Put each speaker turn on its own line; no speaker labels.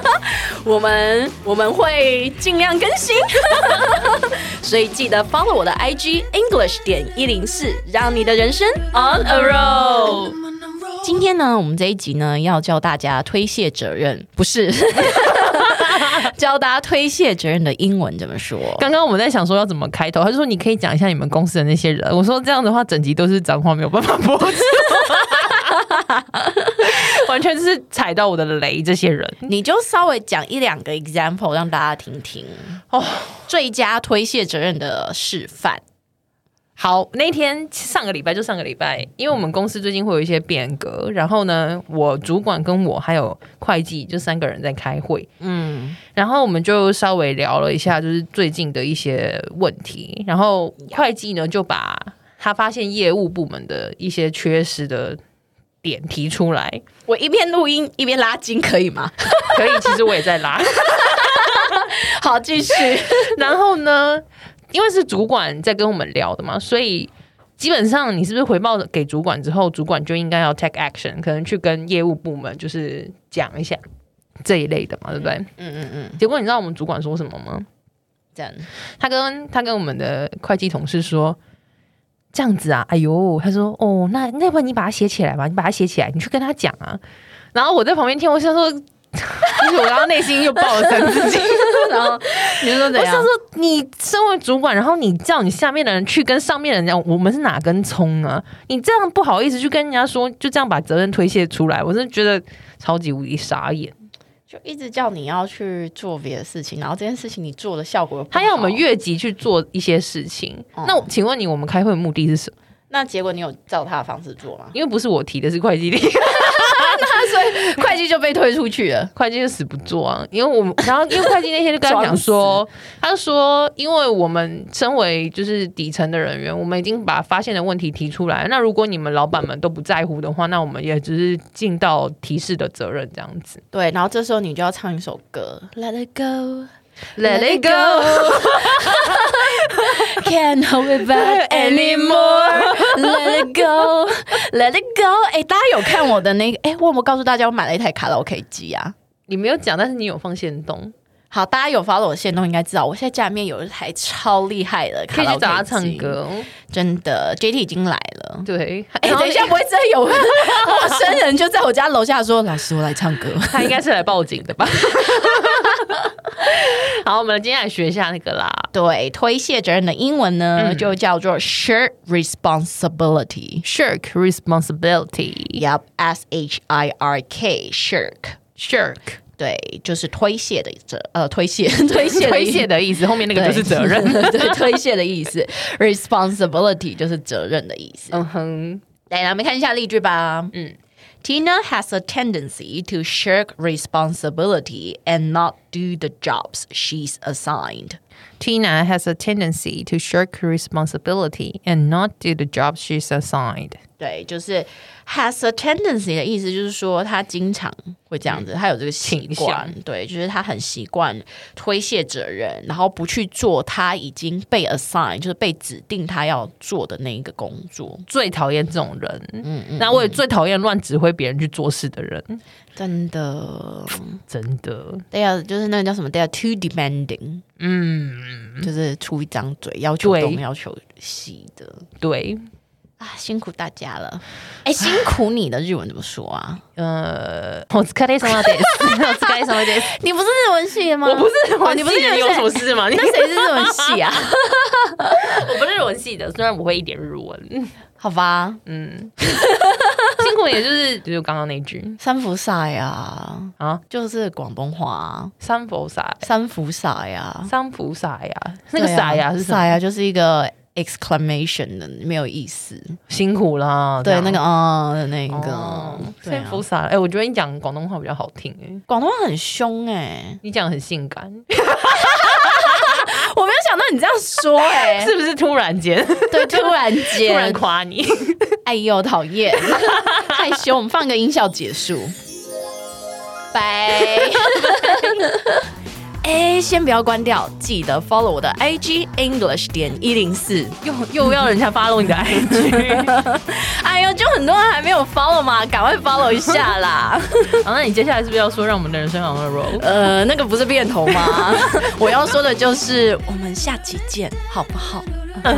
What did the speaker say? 我们我们会尽量更新， 所以记得 follow 我的 IG English 点一零四，让你的人生 on a roll。今天呢，我们这一集呢要教大家推卸责任，不是 教大家推卸责任的英文怎么说？
刚刚我们在想说要怎么开头，他就说你可以讲一下你们公司的那些人。我说这样的话，整集都是脏话，没有办法播出，完全是踩到我的雷。这些人
你就稍微讲一两个 example 让大家听听哦
哦，
最佳推卸责任的示范。
好，那天上个礼拜就上个礼拜，因为我们公司最近会有一些变革，然后呢，我主管跟我还有会计就三个人在开会，
嗯，
然后我们就稍微聊了一下，就是最近的一些问题。然后会计呢，就把他发现业务部门的一些缺失的点提出来。
我一边录音一边拉筋，可以吗？
可以，其实我也在拉。
好，继续。
然后呢，因为是主管在跟我们聊的嘛，所以基本上你是不是回报给主管之后，主管就应该要 take action，可能去跟业务部门就是讲一下这一类的嘛，对不对？
嗯嗯嗯，
结果你知道我们主管说什么吗？
这样。
他跟他跟我们的会计同事说。这样子啊，哎呦，他说哦，那那要不然你把它写起来吧，你把它写起来，你去跟他讲啊。然后我在旁边听，我想说， 就是我刚刚内心又爆了三字经，
然后你是说怎
我想
样
说，你身为主管，然后你叫你下面的人去跟上面的人讲，我们是哪根葱啊？你这样不好意思去跟人家说，就这样把责任推卸出来，我真的觉得超级无敌傻眼。
就一直叫你要去做别的事情，然后这件事情你做的效果又不好
他要我们，越级去做一些事情，
哦
那我请问你，我们开会的目的是什么？？
那结果你有照他的方式做吗
因为不是我提的，是会计提，
会计就被推出去了。
会计就死不做啊。因为我们，然后因为会计那天就跟他讲说，他就说，因为我们身为就是底层的人员，我们已经把发现的问题提出来。那如果你们老板们都不在乎的话，那我们也只是尽到提示的责任这样子。
对，然后这时候你就要唱一首歌，Let it go，Can't
Let
it
it go，
hold it back anymore，Let it go，Let it go。哎，大家有看我的那个？哎，我有没有告诉大家我买了一台卡拉 OK 机啊？
你没有讲，但是你有放线动，
好，大家有 follow 我的线动应该知道，我现在家里面有一台超厉害的
可
卡拉
以去
OK
找他
机
唱，歌。哦
真的，JT 已经来了。
对，
哎、
然后
等一下，不会真的有陌生人就在我家楼下说：“老师，我来唱歌。
他应该是来报警的吧？ 好，我们今天来学一下那个啦。”
对，推卸责任的英文呢，
嗯
就叫做 share responsibility。
shirk responsibility
Yup, S H I R K, shirk。
shirk
对，就是推卸的责，呃，推 卸，推卸的意
推
思
卸的意思，后面那个就是责任。
对， 对推卸的意思。Responsibility 就是责任的意思。
嗯哼，
来，我们看一下例句吧。
嗯
Tina has a tendency to shirk responsibility and not do the jobs she's assigned.
，Tina has a tendency to shirk responsibility and not do the job she's assigned。
对，就是 has a tendency 的意思，就是说他经常会这样子，他有这个习
倾
惯
向。
对，就是他很习惯推卸责任，然后不去做他已经被 assign，就是被指定他要做的那一个工作。
最讨厌这种人，嗯嗯，那我也最讨厌乱指挥别人去做事的人，
真的
真的。
，they are 就是那个叫什么，they are too demanding，
嗯，
就是出一张嘴，要求
对
东，要求西的。
对，
啊，辛苦大家了！ 哎，辛苦你的日文怎么说啊？
呃，我疲れ様 です。我疲れ様です。
你不是日文系的吗？
我不是日
哦
文
你
系
不是日
的，
文
你有
系
什么事吗？你
那谁是日文系啊？
我不是日文系的，虽然我会一点日文。
好吧，
嗯，辛苦也就是就是刚刚那句
三福萨呀，
啊，
就是广东话、啊。
三佛撒
三福萨呀，
三菩萨呀，
对
那个撒呀
啊
是什么？
萨呀，就是一个 exclamation 的，没有意思。
辛苦啦。这
对，
样
那个啊的那
啊哦
个，对
太
啊
复杂了。哎、我觉得你讲广东话比较好听、哎，
广东话很凶哎，
你讲得很性 感，
我没有想到你这样说哎，
是不是突然 间
对， 突然
突然
间，
夸你？
哎呦，讨 厌，害羞，我们放个音效结束， 拜。哎，先不要关掉，记得 follow 我的 IG English 点一零四。
又又要人家发动你的 IG？
哎呦，就很多人还没有 follow 嘛，赶快 follow 一下啦。
好，那你接下来是不是要说让我们的人生好好 roll？
呃，那个不是变头 吗？我要说的就是，我们下期见，好不好？
I